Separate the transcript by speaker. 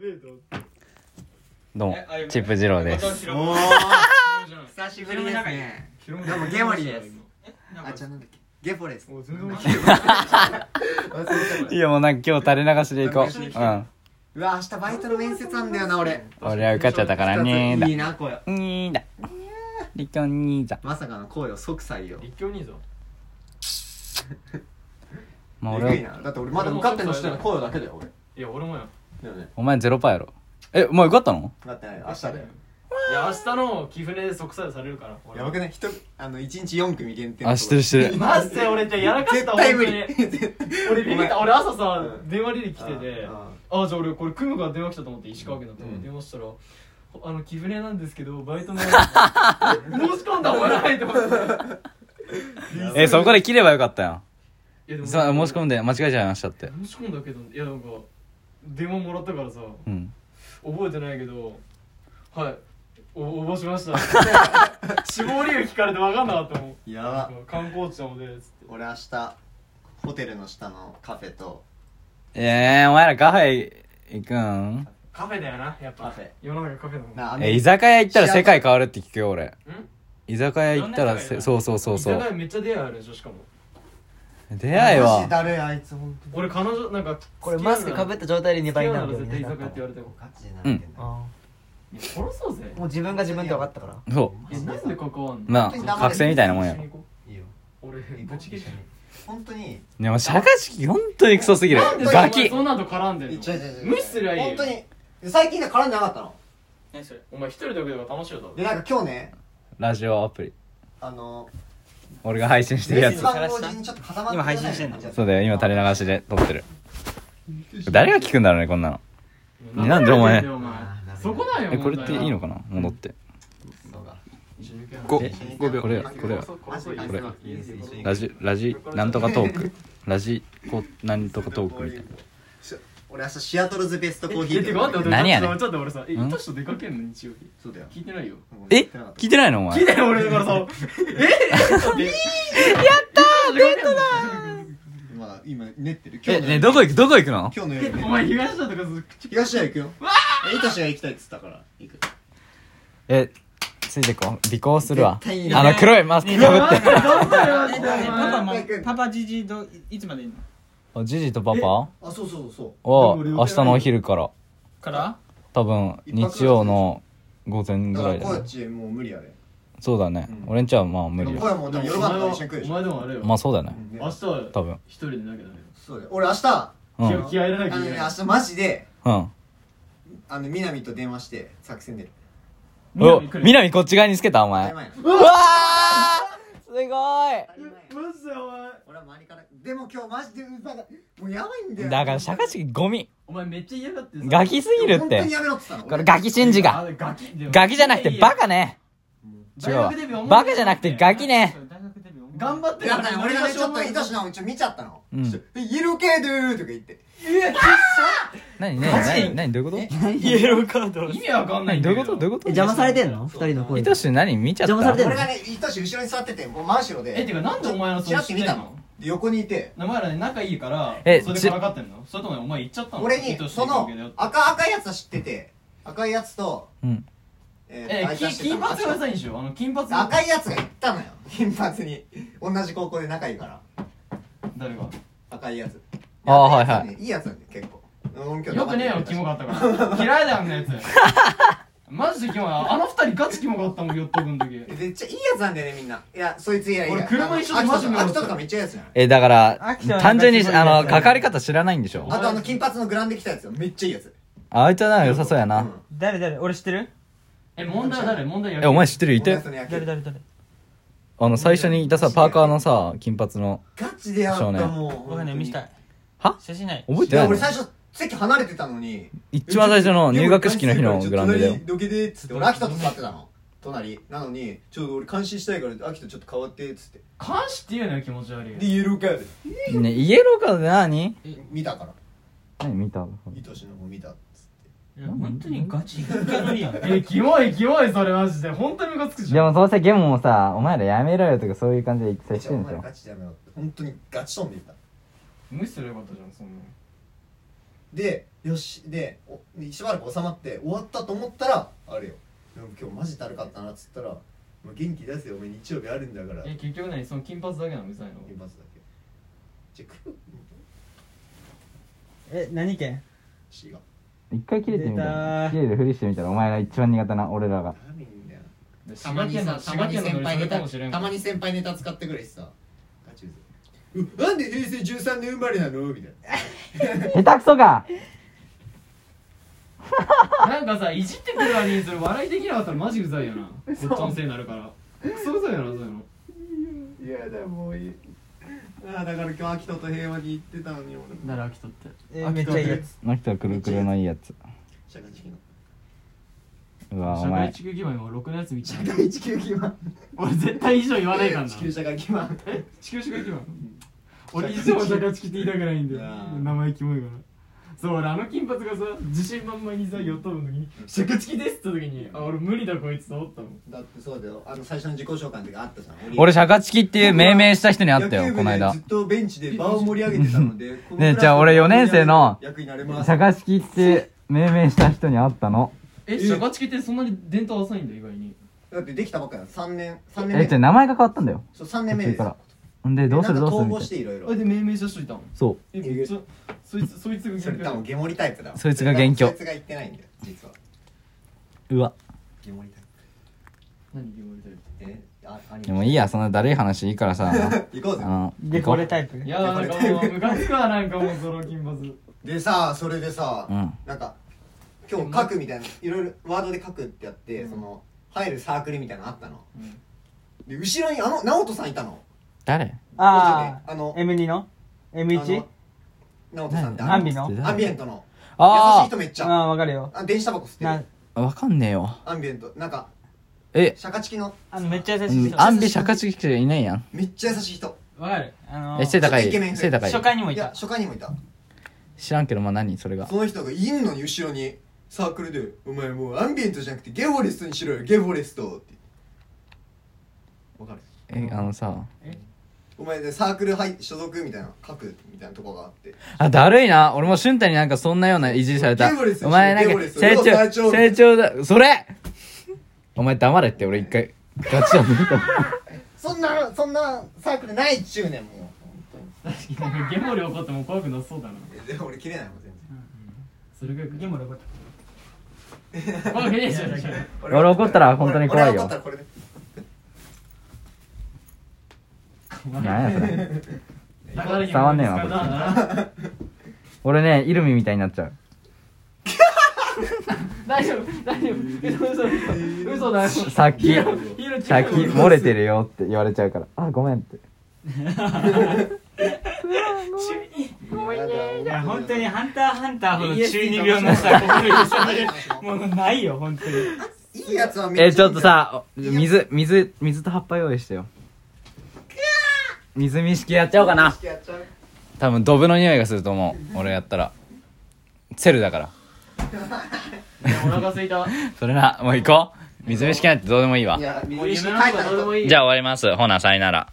Speaker 1: べえと思って
Speaker 2: どうも、チップ二郎です。
Speaker 3: おお久しぶりですねどうもゲモリですあちゃんなんだっけゲフォレス
Speaker 1: もう全然面白い
Speaker 2: いや、もうなんか今日垂れ流しでい こう。
Speaker 3: 垂れ流し
Speaker 2: う
Speaker 3: で
Speaker 2: ん。
Speaker 3: うわ明日バイトの面接なんだよな俺
Speaker 2: 俺は受かっちゃったからね
Speaker 3: いい
Speaker 2: ー
Speaker 3: な声
Speaker 2: だ。にーだ。りきょんにーだ。
Speaker 3: まさかの声を即採用
Speaker 1: 立教にいいぞ
Speaker 2: まあ
Speaker 3: えぐい
Speaker 2: 俺は、
Speaker 3: なだって俺まだ受かってんの知ってるの声だけだよ俺
Speaker 1: いや俺もよ
Speaker 3: でもね
Speaker 2: お前ゼロパーやろ。え、もう受かったの
Speaker 3: だってない明日だよ
Speaker 1: いや明日の貴船で即採用されるから俺
Speaker 3: やばくね人あの一日四組限定の
Speaker 2: あ、知ってる知ってる。
Speaker 1: マジで俺じゃやらかし
Speaker 3: 絶
Speaker 1: た
Speaker 3: 対無理
Speaker 1: 本当に
Speaker 3: 絶対
Speaker 1: 俺ビビった俺朝さ
Speaker 3: うん
Speaker 1: 電話リレー来ててあじ
Speaker 3: うん
Speaker 1: ゃあ俺これクムから電話来たと思って石川県だと思っ
Speaker 3: うん
Speaker 1: て電話したら「あの貴船なんですけどバイトの 申し込んだ方がない」と思って
Speaker 2: え、そこで切ればよかったやん。
Speaker 1: いやでも
Speaker 2: さあ、申し込んで間違えちゃいましたって。
Speaker 1: 申し込んだけどいやなんか電話もらったからさ
Speaker 2: うん。
Speaker 1: 覚えてないけどはいお応募しました死亡理由聞かれて分かんなかったもん
Speaker 3: やば
Speaker 1: 観光地なのでつって
Speaker 3: 俺明日ホテルの下のカフェと
Speaker 2: えー、お前らカフェ行くん
Speaker 1: カフェだよなやっぱ
Speaker 3: カフェ
Speaker 1: 世の中カフェだもん
Speaker 3: なあの
Speaker 2: え、居酒屋行ったら世界変わるって聞くよ、俺。居酒屋行ったら
Speaker 1: どんな居酒屋
Speaker 2: せ、そうそうそうそ
Speaker 1: 居酒
Speaker 2: う。
Speaker 1: 屋めっちゃ出会いあるでしょしかも
Speaker 2: 出会い
Speaker 3: マジ
Speaker 2: は、
Speaker 3: だるいあいつ本当に
Speaker 1: 俺彼女なんか
Speaker 4: これマスクかぶった状態で2倍になるんだよ
Speaker 1: 付き合うな
Speaker 4: ね
Speaker 1: ら絶対居酒屋って言われても
Speaker 3: ガチでなってんだ
Speaker 4: あ
Speaker 1: いや殺そうぜ
Speaker 4: ーもう自分が自分で分かったから
Speaker 2: そ
Speaker 1: えなんでここあんの
Speaker 2: う。まあ、覚醒みたいなもんやろ。
Speaker 3: いいよ
Speaker 1: 俺ぶち切れちゃう
Speaker 3: 本当に
Speaker 2: でも、社会式本当にクソすぎる
Speaker 1: なん。で
Speaker 2: ガ
Speaker 1: お前
Speaker 2: キ。
Speaker 1: そんなと絡んでんの
Speaker 3: 違う違う違う
Speaker 1: 無視すりゃいいよ
Speaker 3: 本当に最近ね絡んでなかったの
Speaker 1: 何それお前一人で受けたから楽しいよだろ
Speaker 3: でなんか今日ね
Speaker 2: ラジオアプリ。
Speaker 3: あの
Speaker 2: 俺が配信してるや
Speaker 3: 別
Speaker 2: つ。
Speaker 3: 番号順にちょっと固まって
Speaker 4: 今配信してんの
Speaker 2: そうだよ、今垂れ流しで撮ってる。誰が聞くんだろうね、こんなの。なんでお前
Speaker 1: そこなんよ
Speaker 2: え、これっていいの
Speaker 1: か
Speaker 2: かな戻って。
Speaker 3: そうだ
Speaker 2: こ
Speaker 3: え
Speaker 2: これ、これ、これ、
Speaker 3: マジで
Speaker 2: これ
Speaker 3: いいです一緒に
Speaker 2: ラジ、ラジ、なんとかトーク。ラジ、こう、なんとかトークみたいな。
Speaker 3: 俺明日シアトルズベストコーヒ
Speaker 1: え、
Speaker 3: ー
Speaker 1: てか待って
Speaker 2: 何やねん
Speaker 1: ちょっと俺さ、え、
Speaker 2: うん
Speaker 1: いとしと出かけんの日曜日
Speaker 3: そうだよ
Speaker 1: 聞いてないよ
Speaker 2: え聞いてないの お
Speaker 1: 聞いて
Speaker 2: 前。
Speaker 1: ない俺だからさえやったーデートだ
Speaker 3: まあ今練ってる
Speaker 2: え、ね、どこ行く、どこ行くの
Speaker 3: 今日の夜
Speaker 1: お
Speaker 3: ね
Speaker 1: 前東だとかず
Speaker 3: 東田行くよえいとしが行きたいっつったから行く
Speaker 2: え、ついてこう。尾行するわ
Speaker 3: 絶。対に
Speaker 2: あの、黒いマスクかぶって。
Speaker 1: 頑張れよ
Speaker 5: え
Speaker 1: って
Speaker 5: だって
Speaker 1: お
Speaker 5: パパ
Speaker 1: 前
Speaker 5: もパパじじどいつまでいんの
Speaker 2: あジジとパパ
Speaker 3: あそうそうそう
Speaker 2: は、明日のお昼から。
Speaker 5: から
Speaker 2: 多分、日曜の午前ぐ
Speaker 3: だからら
Speaker 2: い
Speaker 3: こ
Speaker 2: だ
Speaker 3: っ
Speaker 2: ね。
Speaker 3: ちもう無理やで
Speaker 2: そうだね。俺んちはまあ無理
Speaker 3: こ
Speaker 2: よ。
Speaker 3: れもうでも夜ご飯と一緒に食うで
Speaker 1: お
Speaker 3: しょ
Speaker 1: 前でもあれよ
Speaker 2: まあそうだね。
Speaker 3: うん
Speaker 1: 明日は
Speaker 2: 多分。
Speaker 1: 一人でなきゃダメよ
Speaker 3: そうだよ俺明日
Speaker 2: うん。う
Speaker 1: 気を気合い入れなきゃ
Speaker 3: あ
Speaker 1: い
Speaker 3: の
Speaker 1: け
Speaker 3: ね
Speaker 1: ない
Speaker 3: 明日マジで
Speaker 2: ん。
Speaker 3: あの南と電話して作戦出る
Speaker 2: お
Speaker 1: 南来、る
Speaker 2: 南こっち側につけたお
Speaker 3: 当た
Speaker 2: 前。
Speaker 3: り
Speaker 2: うわ
Speaker 3: 前やな
Speaker 2: ーすごい
Speaker 1: マジでお前
Speaker 3: 俺は周りからでも今日マジでうざがもうやばいんだよ
Speaker 2: だから、社会式ゴミ。
Speaker 1: お前めっちゃ嫌がってさ
Speaker 2: ガキすぎるっ
Speaker 3: 本当に
Speaker 2: て。
Speaker 3: やめろって言ったの
Speaker 2: これガキ信じが。
Speaker 1: あガキでも
Speaker 2: ガキじゃなくてバカね。違うわ
Speaker 1: 大学デビューお前
Speaker 2: バカじゃなくてガキね。
Speaker 5: 大学デビューお前
Speaker 1: 頑張って
Speaker 3: いやだから俺がねちょっといとしのうち見ちゃったの
Speaker 2: うん
Speaker 3: そしてイエロー系でーとか言って
Speaker 2: なになになになにどういうこと
Speaker 4: イエローカード
Speaker 1: 意味わかんない
Speaker 2: 何
Speaker 1: んだ
Speaker 2: どうい
Speaker 1: よ
Speaker 2: うことどういうこと
Speaker 4: 邪魔されてんの二人の声
Speaker 2: いとし何見ちゃった
Speaker 4: 邪魔されてん
Speaker 3: 俺
Speaker 4: の
Speaker 3: がねいとし後ろに座っててもう真後ろで
Speaker 1: えてかなんでお前のそ
Speaker 3: ち
Speaker 1: れ
Speaker 3: らっ
Speaker 1: 知
Speaker 3: て
Speaker 1: って
Speaker 3: 見
Speaker 1: ん
Speaker 3: たの
Speaker 1: の
Speaker 3: で横にいて
Speaker 1: お前らね仲いいから
Speaker 2: え
Speaker 1: それでからかってんのそれともお前行っちゃったの
Speaker 3: 俺
Speaker 1: 意図
Speaker 3: に
Speaker 1: して
Speaker 3: そ
Speaker 1: 行くわ
Speaker 3: の
Speaker 1: けだよって
Speaker 3: 赤赤いやつは知ってて赤いやつと
Speaker 2: うん。
Speaker 3: え
Speaker 1: え
Speaker 3: ー、
Speaker 1: き金髪がうざいんでしょあの金髪
Speaker 3: 赤いやつが言ったのよ金髪に同じ高校で仲いいから
Speaker 1: 誰が
Speaker 3: 赤いやつ
Speaker 2: あーはいはい
Speaker 3: いいやつなんだよ結構俺今日
Speaker 1: よくねえよキモかったから嫌いだよあんなや つマジでキモいあの二人ガチキモかったもん寄っとくん時
Speaker 3: めっちゃいいやつなんだよねみんないやそいつ以来
Speaker 1: 俺車一緒でマジ
Speaker 3: で
Speaker 1: で
Speaker 3: 秋田とかめっちゃいいやつじゃない
Speaker 2: え、だから
Speaker 5: 飽きちゃ、う
Speaker 2: 単純に、
Speaker 5: なんか
Speaker 2: あ
Speaker 5: すごい
Speaker 2: の、関
Speaker 5: ね
Speaker 2: わり方知らないんでしょ
Speaker 3: あとあの金髪のグランで来たやつよめっちゃいいやつ
Speaker 2: ああいつはなんか良さそうやな。
Speaker 5: 誰誰俺知ってる
Speaker 1: え問題は誰問題や
Speaker 2: え、お前知ってるいて
Speaker 5: 誰誰誰
Speaker 2: あの、最初にいたさ、パーカーのさ、金髪の。
Speaker 3: ガチでやった
Speaker 2: 少年
Speaker 3: もう
Speaker 5: わかんない見したい
Speaker 2: は
Speaker 5: 写真ない
Speaker 2: 覚え
Speaker 3: い
Speaker 2: てな
Speaker 3: や
Speaker 2: いの
Speaker 3: 俺最初席離れてたのに
Speaker 2: 一番最初の入学式の日のグラウンドだよ
Speaker 3: ちょっと隣どけでっつって俺秋田と座ってたの隣なのにちょっと俺監視したいから秋田ちょっと変わってっつって
Speaker 1: 監視って言うのよ気持ち悪いよ
Speaker 3: でイエローカード
Speaker 2: ねイエローカードで何
Speaker 3: 見たから
Speaker 2: 何見たの
Speaker 3: いとしのも見たっつって
Speaker 5: いや本当にガチガチのりやん
Speaker 1: えキモいキモいそれマジで本当にムカつくじ
Speaker 2: で
Speaker 1: ゃん
Speaker 2: もそうせゲームもさ、お前らやめろよとかそういう感じで接し
Speaker 3: じ
Speaker 2: て
Speaker 3: ゃあお
Speaker 2: んでし
Speaker 3: 前
Speaker 2: ょ。
Speaker 3: ガチでやめろって本当にガチ飛んでいった
Speaker 1: 無視すればよかったじゃんそんなの
Speaker 3: でよしでおでしばらく収まって終わったと思ったらあれよなんか今日マジだるかったなっつったら「もう元気出せよお前日曜日あるんだから」
Speaker 1: え
Speaker 3: 金
Speaker 1: 結局何その金髪だけなのうざいの
Speaker 3: 髪だけじゃあく
Speaker 5: え何県
Speaker 3: 死が
Speaker 2: 一回切れてみた
Speaker 5: 出た
Speaker 2: ら
Speaker 5: ー
Speaker 2: 切れるふりしてみたらお前が一番苦手な俺らが
Speaker 3: ダメんだよ
Speaker 1: で
Speaker 6: たまにさた
Speaker 1: 滋
Speaker 6: ま
Speaker 1: 賀
Speaker 6: に
Speaker 1: 県の
Speaker 6: 先輩ネ
Speaker 1: か
Speaker 6: タ
Speaker 1: もしれん
Speaker 6: たまに先輩ネタ使ってくれしさ
Speaker 3: ガチうぜうなんで平成13年生まれなのみたいな
Speaker 2: 下手くそか
Speaker 1: なんかさいじってくる割にそれ笑いできなかったらマジうざいよなこっちのせいになるからクソうざいよなそういうの
Speaker 3: いやだもういいああだから今日秋田と平和に行ってたのに俺
Speaker 1: 誰飽きとって
Speaker 5: えーめっちゃいいやつ
Speaker 2: の人はくるくるのいいやつ
Speaker 3: 社会的
Speaker 2: うわ
Speaker 1: 社
Speaker 2: お
Speaker 1: 会
Speaker 2: 前
Speaker 1: 地球基盤今ろくなやつ見ちゃう
Speaker 3: な地球基盤
Speaker 1: 俺絶対以上言わないからな
Speaker 3: 地球社会基盤
Speaker 1: え地球社会基盤俺以上社会地球って言いたくないんだよ
Speaker 3: あー
Speaker 1: 生意気もいからそう俺あの金髪がさ自信満々にさ寄っとる時に「社会地球です」って時に「あ俺無理だこいつ」と思ったもん
Speaker 3: だってそうだよあの最初の自己紹介の時あったじゃん
Speaker 2: 俺シャカチキっていう命名した人に会ったよこの間
Speaker 3: ずっとベンチで場を盛り上げてたのでこのクラスの
Speaker 2: じゃあ俺四年生の
Speaker 3: 役になれ
Speaker 2: シ
Speaker 3: ます
Speaker 2: ャカチキって命名した人に会ったの
Speaker 1: え社会地球ってそんなに伝統浅いんだ意外に
Speaker 3: だってできたばっかや三年三年
Speaker 2: え
Speaker 3: 目
Speaker 2: じゃあ名前が変わったんだよ
Speaker 3: そう三年目です
Speaker 2: 途中からんでどうする
Speaker 3: な
Speaker 2: ど
Speaker 3: ん
Speaker 2: う
Speaker 3: か
Speaker 2: する
Speaker 3: 統
Speaker 2: み
Speaker 3: 合
Speaker 2: たい
Speaker 3: し
Speaker 2: な
Speaker 3: ていろいろ
Speaker 1: あで命名者しといたの
Speaker 2: そう
Speaker 1: えめっちゃそいつそいつが
Speaker 3: それ多分ゲモリタイプだわ
Speaker 2: そいつが元凶
Speaker 3: そいつが言ってないんだよ実は
Speaker 2: うわ
Speaker 3: ゲモリタイプ
Speaker 1: 何ゲモリタイプ
Speaker 3: えああり
Speaker 2: でもいいやそんなだるい話いいからさ
Speaker 3: 行こう
Speaker 2: あ
Speaker 3: ぜ
Speaker 2: の
Speaker 5: でこれタイプ
Speaker 1: いやーなんかもうムカつくわなんかもうその金髪
Speaker 3: でさそれでさ、
Speaker 2: うん
Speaker 3: なんか今日書くみたいないろいろワードで書くってやって、その入るサークルみたいなのあったの、
Speaker 1: ん
Speaker 3: で後ろにあの直人さんいたの
Speaker 2: 誰
Speaker 5: ああ
Speaker 3: あの
Speaker 5: M2 の
Speaker 3: あ
Speaker 5: M1
Speaker 3: の直人さんって
Speaker 2: 何
Speaker 3: あ
Speaker 5: アンビの
Speaker 3: アンビエントの優しい
Speaker 2: あ
Speaker 3: 人めっち
Speaker 5: あ
Speaker 3: ゃ
Speaker 5: あわかるよ
Speaker 3: あ電子タバコ吸って
Speaker 5: な
Speaker 3: る
Speaker 2: あわかんねえよ
Speaker 3: アンビエントなんか
Speaker 2: え
Speaker 3: シャカチキの
Speaker 5: あのめっちゃ優
Speaker 2: う
Speaker 5: しい
Speaker 2: ん
Speaker 5: 人
Speaker 2: アンビシャカチキしかいないやん
Speaker 3: めっちゃ優しい人
Speaker 5: わかるあの
Speaker 2: え背高
Speaker 3: イケメ
Speaker 2: い
Speaker 3: ン
Speaker 2: 背高い
Speaker 5: 初回にもい
Speaker 3: いや
Speaker 5: た
Speaker 3: 初回にもいた
Speaker 2: 知らんけどまあ何それが
Speaker 3: その人がいんのに後ろにサークルで「お前もうアンビエントじゃなくてゲフォレストにしろよゲフォレスト」ってわかる
Speaker 2: えあのさ
Speaker 3: お前でサークル入所属みたいな書くみたいなとこがあって
Speaker 2: あ、だるいな。俺も俊太になんかそんなようないじりされた
Speaker 3: ゲブレス。
Speaker 2: お前なん
Speaker 3: ゲ
Speaker 2: か
Speaker 3: ブレス
Speaker 2: 成
Speaker 3: 要は
Speaker 2: 長、成
Speaker 3: 成
Speaker 2: 長だ。それお前黙れって俺一回ガチだね。
Speaker 3: そんなそんなサークルないっちゅうねんも
Speaker 1: 確かになんかゲモリ怒っても怖くなさそうだな
Speaker 3: うでも俺切れないもん全然
Speaker 1: それぐらいか
Speaker 5: ゲモリ怒った
Speaker 1: 怖くねえじゃんだけ
Speaker 2: 俺怒ったら本当に怖いよ
Speaker 3: 俺俺怒ったらこれで
Speaker 2: 何やそれ。
Speaker 1: ど
Speaker 2: 伝わんねえわ
Speaker 1: こっ
Speaker 2: 俺ね、イルミみたいになっちゃう。
Speaker 1: ち大丈夫大丈夫嘘嘘嘘だよ
Speaker 2: さっき、
Speaker 1: ヒロ
Speaker 2: さっき漏れてるよって言われちゃうから。あ、ごめんって。
Speaker 5: いや本当にハンターハンターほど中二病のさ心許さないものないよ本当に
Speaker 3: いいやつはめ
Speaker 2: え、ちょっとさ、水、水、水と葉っぱ用意してよ。水見式やっちゃおうかな。
Speaker 3: やっちゃう
Speaker 2: 多分ドブの匂いがすると思う。俺やったら。セルだから。
Speaker 1: お腹すいた
Speaker 2: それな、もう行こう。水見式なんてどうでもいいわ
Speaker 3: い。や水
Speaker 1: もう
Speaker 3: に帰
Speaker 1: 夢
Speaker 3: っ
Speaker 1: なん
Speaker 3: た
Speaker 1: かどうで
Speaker 3: 人
Speaker 1: もいいよ
Speaker 2: じゃあ終わります。ほな、さいなら。